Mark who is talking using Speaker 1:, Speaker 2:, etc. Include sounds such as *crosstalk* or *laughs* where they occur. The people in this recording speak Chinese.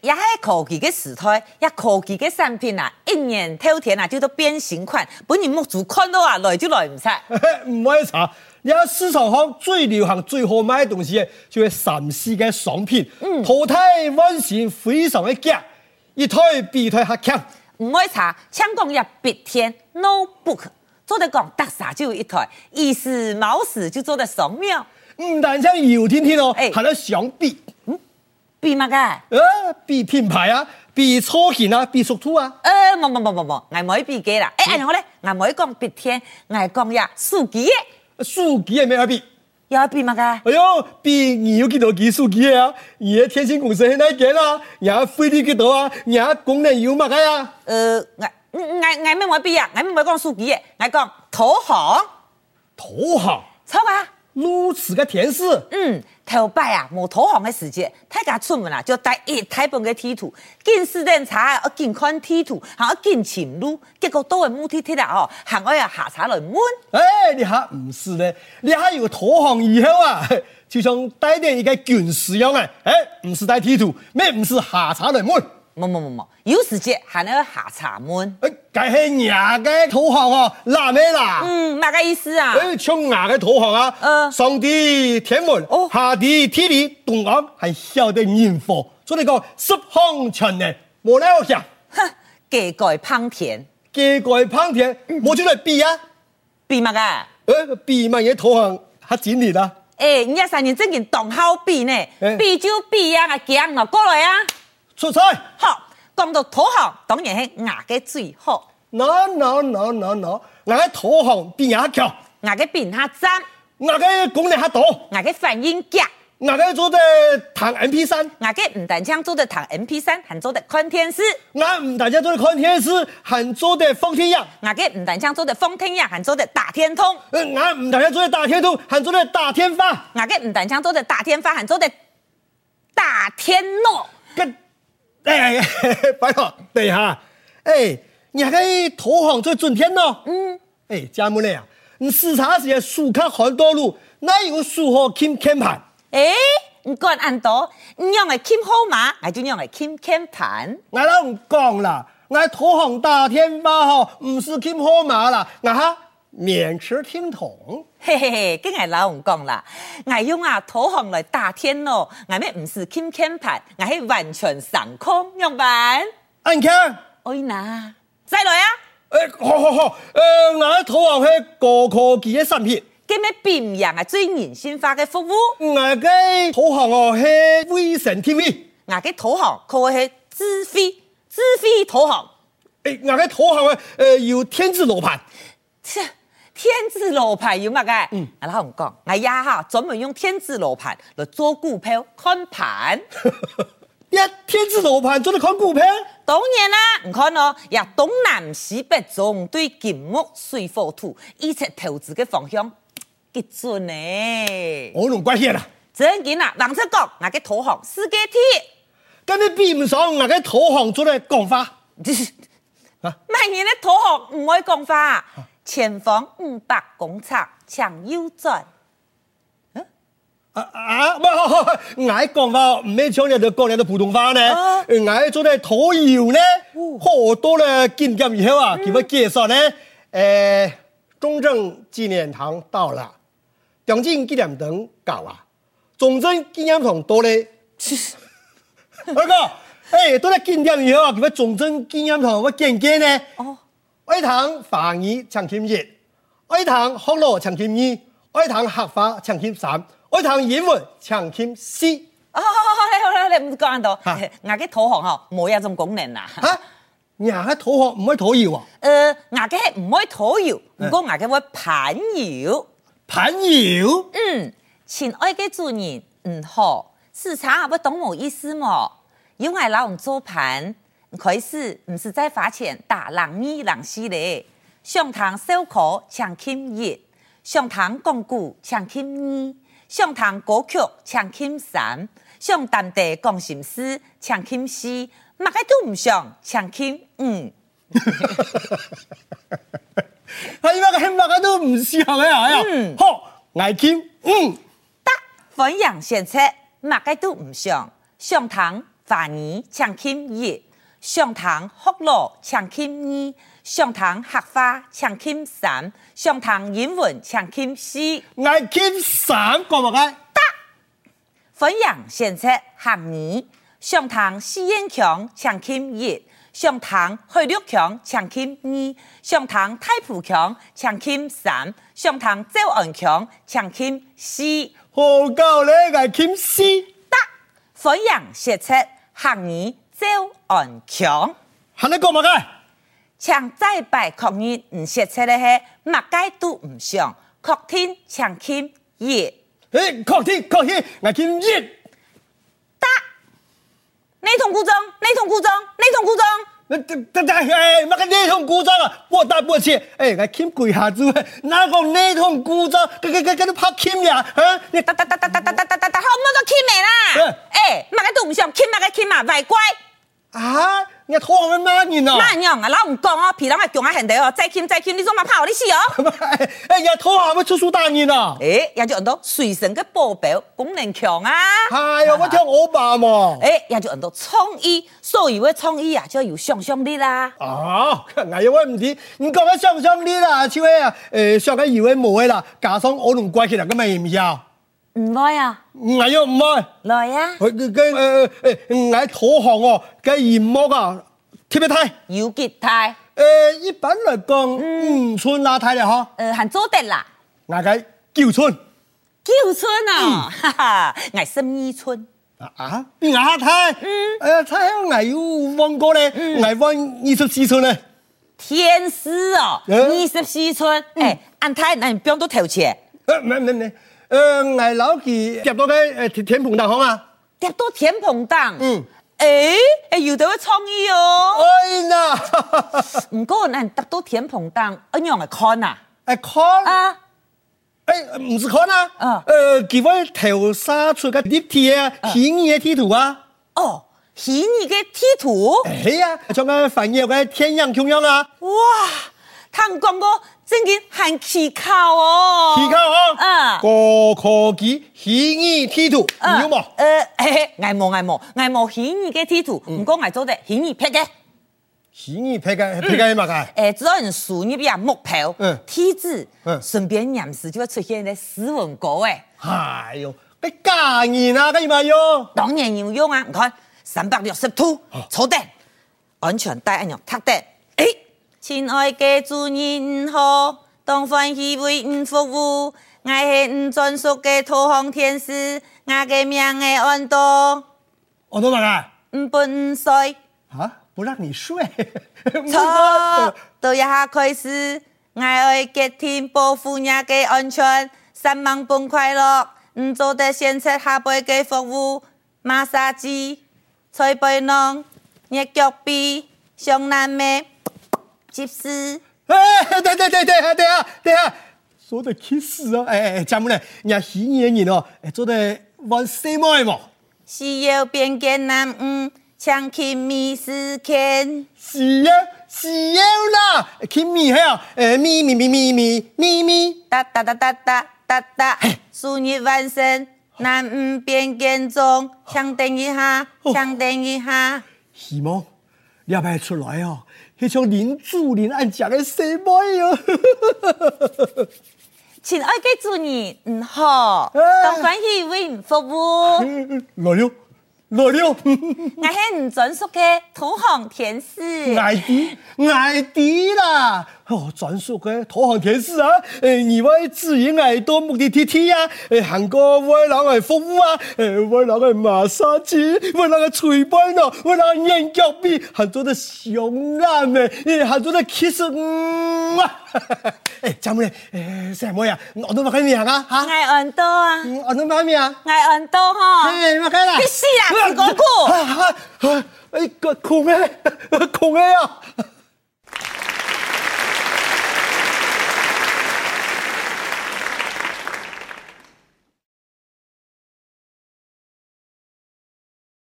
Speaker 1: 也喺科技嘅时代，也科技嘅产品啊，一年透天啊，叫做变形款，本人目珠看到啊，来就来唔出。
Speaker 2: 唔可以查。你看市场上最流行、最好卖的东西，就是三 C 嘅商品，淘汰温型非常的强，一台比一台还强。
Speaker 1: 唔爱查，香港也别天 notebook，做得讲搭啥就有一台，意思毛事就做得上秒，
Speaker 2: 唔但像有天天哦
Speaker 1: 哎，
Speaker 2: 还能相比，
Speaker 1: 比嘛个？
Speaker 2: 呃，比品牌啊，比车型啊，比速度啊。
Speaker 1: 呃，冇冇冇冇冇，我唔可以比嘅啦。哎，然后咧，我唔可以讲别天，我讲呀手机嘅，
Speaker 2: 手机也没法比，
Speaker 1: 又要比嘛个？
Speaker 2: 哎呦，比你有几多技术机啊？你的天星公司很那件啊，人家费力几多啊，人家功能有乜个啊？
Speaker 1: 呃，我我我咩唔可以比啊？我唔可以讲手机嘅，我讲投行，
Speaker 2: 投行
Speaker 1: 错啊！
Speaker 2: 如此个天使，
Speaker 1: 嗯，头摆啊，无投行的时节，大家出门啊就带一大本嘅地图，近视灯查啊，近看地图，还要近情路，结果都会目的地啦哦，行我要下查来问，
Speaker 2: 哎，你还唔是呢？你还有投行以后啊， *laughs* 就像带点一个军事一样啊，哎，唔是带地图，咩唔是下查来问。
Speaker 1: 冇冇冇冇，有时节还要下查问，
Speaker 2: 哎，该系人家嘅投行哦，哪咩啦？
Speaker 1: 嗯，嘛个意思啊？
Speaker 2: 哎，像牙嘅投行啊，
Speaker 1: 嗯
Speaker 2: 上地天文，
Speaker 1: 哦
Speaker 2: 下地地理，东岸还晓得人火，所以讲十行全能，冇了想，
Speaker 1: 哼，给改胖田，
Speaker 2: 几个胖田，
Speaker 1: 嗯
Speaker 2: 冇就来比啊，
Speaker 1: 比嘛个？
Speaker 2: 呃，比嘛嘢投行还真理啦。
Speaker 1: 哎，人家三年正经当好比呢
Speaker 2: 哎，
Speaker 1: 比就比啊，我讲我过来啊，
Speaker 2: 出彩
Speaker 1: 好，讲到投行，当然系我嘅最好，
Speaker 2: ，no no no no no，牙嘅投行比牙强，
Speaker 1: 我嘅变下赞，
Speaker 2: 牙嘅功能还多，
Speaker 1: 我嘅反应强。
Speaker 2: 牙嘅做得弹 MP 三，
Speaker 1: 我计唔但将做得弹 M P 三，还做得看电视；
Speaker 2: 牙唔大家做得看电视，还做得放天样。
Speaker 1: 我计唔但将做得放天呀，还做得打天通；
Speaker 2: 呃，俺唔大家做的打天通，还做的打天发，
Speaker 1: 我计唔但将做得打天发，还做得打天诺。
Speaker 2: 跟哎，白了，等一下，哎，你还以投行做准天呢？嗯，哎，家木嘞啊，你视察时间数看很多路，哪有数好看看盘？
Speaker 1: 诶、唔管按多，你用的 Kim 号码，我就用的 Kim 键盘。
Speaker 2: 俺老唔讲啦，俺投行打天发吼，唔是看号码啦，俺哈免持听筒。
Speaker 1: 嘿嘿嘿，跟我老公讲啦，我用啊土行来打天咯，我咩唔是 Kim 键盘，我系完全上空用版。
Speaker 2: 俺看，
Speaker 1: 哎呐，再来啊，
Speaker 2: 哎，好好好，呃，俺投行是高科技的产品。
Speaker 1: 今日变唔样啊，最人性化嘅服务。
Speaker 2: 我嘅投行哦，系微神 TV。
Speaker 1: 我嘅土行可以智慧，智慧土行，
Speaker 2: 诶，我嘅投行啊，呃，有天字罗盘。
Speaker 1: 切天字罗盘有乜嘅？嗯，阿老唔讲，我呀哈专门用天字罗盘来做股票看盘。
Speaker 2: 呀，天字罗盘做得看股票，
Speaker 1: 当然啦，你看哦，呀东南西北中对金木水火土，以及投资嘅方向。结准呢？
Speaker 2: 我拢关系啦。
Speaker 1: 真紧啦，王出讲，我嘅土行世界天，
Speaker 2: 今日比唔上我嘅投行做得讲法。啊
Speaker 1: 明年嘅土行唔爱讲法，前方五百公尺向右转。
Speaker 2: 啊啊，唔好好，好 *laughs* 我讲法唔免讲你就讲你的普通话呢。
Speaker 1: 啊
Speaker 2: 呃我做得土窑呢
Speaker 1: 哦，嗯
Speaker 2: 好多咧经验以后啊，给我介绍呢。诶，中正纪念堂到了，中正纪念堂到啊，中正纪念
Speaker 1: *laughs*
Speaker 2: 堂到咧。二哥，哎、都在今天以后啊，给我重症经验堂，我见见呢。
Speaker 1: 哦，
Speaker 2: 爱堂法语强琴一，爱堂学罗强琴二，爱堂客法强琴三，爱堂英文强琴四。
Speaker 1: 哦，好好好，好好好，唔講到，
Speaker 2: 嚇
Speaker 1: 牙嘅土行吼冇一種功能啦。
Speaker 2: 哈，牙嘅土學唔可以土窑啊，
Speaker 1: 呃，牙嘅係唔可以土搖，唔過牙嘅會盤搖。
Speaker 2: 盤窑。
Speaker 1: 嗯，親愛嘅主人，唔好，市場也不懂我意思麼？有愛老人做盤，開始唔是在花錢打人二人四咧，上堂授課搶琴一，上堂講古搶琴二，上堂歌曲搶琴三，上淡地講心事搶琴四，乜嘅都唔上搶琴五。
Speaker 2: 係乜嘅，乜嘅都唔適合嘅係啊
Speaker 1: 嗯。
Speaker 2: 好，牙琴，嗯，
Speaker 1: 得，分享先出，乜嘅都唔上，上堂华语唱琴一，上堂福禄唱琴二，上堂客家唱琴三，上堂英文唱琴四。
Speaker 2: 爱金三个物爱，
Speaker 1: 汾阳县出行年，上堂施彦强强kim 一，上堂许绿强强 kim 二，上堂太普强强 kim 三，上堂周恩强强 kim 四。
Speaker 2: 好够咧爱金四，
Speaker 1: 汾阳县出行年，周恩强。
Speaker 2: 喊你个物爱，
Speaker 1: 强再拜抗日唔识出咧嘿，目界都唔上，确天强 kim 一。
Speaker 2: 诶，靠天靠天，爱金一，
Speaker 1: 内通故中，内通故中，内通故中。
Speaker 2: 那这这这哎，那个内通故障啊，不大不切，哎，爱金鬼下子，啊哪个内通故障，个个个个都拍金呀，啊，你
Speaker 1: 哒哒哒哒哒哒哒哒哒哒，好，莫做 Kim 啦！哎，马个都唔想 Kim，马个 Kim 啊，外乖，
Speaker 2: 啊，你拖我们骂人哦。
Speaker 1: 那样啊，老唔讲哦，皮人啊强啊很得哦，再 Kim 再 Kim，你做嘛怕我你死哦？
Speaker 2: *laughs* 哎哎呀，头还没出书大
Speaker 1: *laughs*
Speaker 2: 人啊！
Speaker 1: 哎，也就很多随身嘅保镖功能强啊！
Speaker 2: 哎呀，我听我爸嘛。
Speaker 1: 哎，也就很多创意，所以嘅创意啊，就有想象力啦。
Speaker 2: 啊，哎呀，我唔知，你讲个想象力啦，像个啊，诶，上个以为冇的啦，加上我同怪起来，咁咪唔要。
Speaker 1: 唔来啊，
Speaker 2: 哎呀，唔係，
Speaker 1: 来啊，
Speaker 2: 佢佢佢诶诶诶，呃哎我土行哦，佢研磨啊，特别睇。
Speaker 1: 有吉他，
Speaker 2: 诶，一般嚟講五寸啦睇嚟嗬，
Speaker 1: 呃，还做得啦，
Speaker 2: 我嘅九寸。
Speaker 1: 九村哦，哈哈， *laughs* 我十二村，
Speaker 2: 啊，你牙睇，诶，睇下我有望過咧，我望二十四寸咧。
Speaker 1: 天师哦，
Speaker 2: 哎
Speaker 1: 二十四村，哎，安泰那你不用多投钱。
Speaker 2: 呃，唔唔唔，呃，危樓期入到嘅誒田田棚大行啊！
Speaker 1: 跌到甜膨蛋。
Speaker 2: 嗯
Speaker 1: 嗯。诶、诶，有得个创意哦。
Speaker 2: 哎呀，
Speaker 1: 唔过咱跌到甜膨蛋，一样的看啊。
Speaker 2: 誒看，
Speaker 1: 啊，
Speaker 2: 誒唔是看啊
Speaker 1: 啊，
Speaker 2: 誒幾位頭沙出嘅地鐵啊，起嘅地圖啊，
Speaker 1: 哦，虚拟嘅地图，
Speaker 2: 係啊，將佢翻譯嘅天樣瓊樣啊，
Speaker 1: 哇，探讲过真嘅很奇巧哦。
Speaker 2: 而家啊，
Speaker 1: 啊
Speaker 2: 高科技起嘅地圖，你
Speaker 1: 啊
Speaker 2: 有冇？
Speaker 1: 呃，嘿嘿，爱冇爱冇爱冇虚拟嘅地图，
Speaker 2: 嗯
Speaker 1: 唔过爱做得虚拟拍嘅。呃
Speaker 2: 起嘅配嘅配嘅乜嘅？
Speaker 1: 诶，只要你输入一下目标
Speaker 2: 嗯、
Speaker 1: 梯子
Speaker 2: 嗯，
Speaker 1: 顺便念词就会出现咧诗文歌诶。
Speaker 2: 哎呦，佢假言啊，佢咪哟，
Speaker 1: 當然要用啊！唔該，三百六十度坐定，安全帶按用踢定。誒，親愛嘅主人好，當歡喜為唔服務，我係唔專屬嘅土方天使，我嘅命係安多，
Speaker 2: 我都問啊，
Speaker 1: 唔本唔衰，
Speaker 2: 啊，不讓你睡，
Speaker 1: 錯到一下開始，我愛嘅天保護你嘅安全，三萬本快樂，唔做得先出下輩嘅服務，馬殺雞，菜背囊，熱腳臂，上南的接絲。
Speaker 2: *laughs* 哎，对对对对啊对啊对啊，说的 kiss 啊，哎哎，咱们呢，人家喜年人哦，哎，做的玩 same 嘛，
Speaker 1: 需要变艰难，嗯，强起密斯肯，
Speaker 2: 是呀是呀啦，kiss 咪嘿啊，哎咪咪咪咪咪咪咪，
Speaker 1: 哒哒哒哒哒哒哒，数日万身，难唔变艰重，强等一下，强等一下。
Speaker 2: 希望你要不要出来哦？迄像林主林按讲的 same 哟，
Speaker 1: 亲爱的主人，你好，
Speaker 2: 哎
Speaker 1: 当欢喜为你服务，我
Speaker 2: 来了来了，
Speaker 1: 是你专属的同行天使。
Speaker 2: 爱迪爱迪啦！哦，专属的土航天使啊！诶、你为指引爱多目的地铁啊！诶、韩国为人的服务啊！诶、为人的马杀鸡，为人的捶背呢，为人的眼角臂，韩国的熊男的，诶，韩国的 kiss，嗯啊！ *laughs* 诶，咱们嘞，诶，三妹啊，我都冇开名啊，
Speaker 1: 我
Speaker 2: 哈，
Speaker 1: 按到啊，
Speaker 2: 我都冇开名啊。
Speaker 1: 我按到哈。
Speaker 2: 哎，我开啦！啊
Speaker 1: 必须啦是国库
Speaker 2: *laughs* 哎，国库咩？国库咩啊？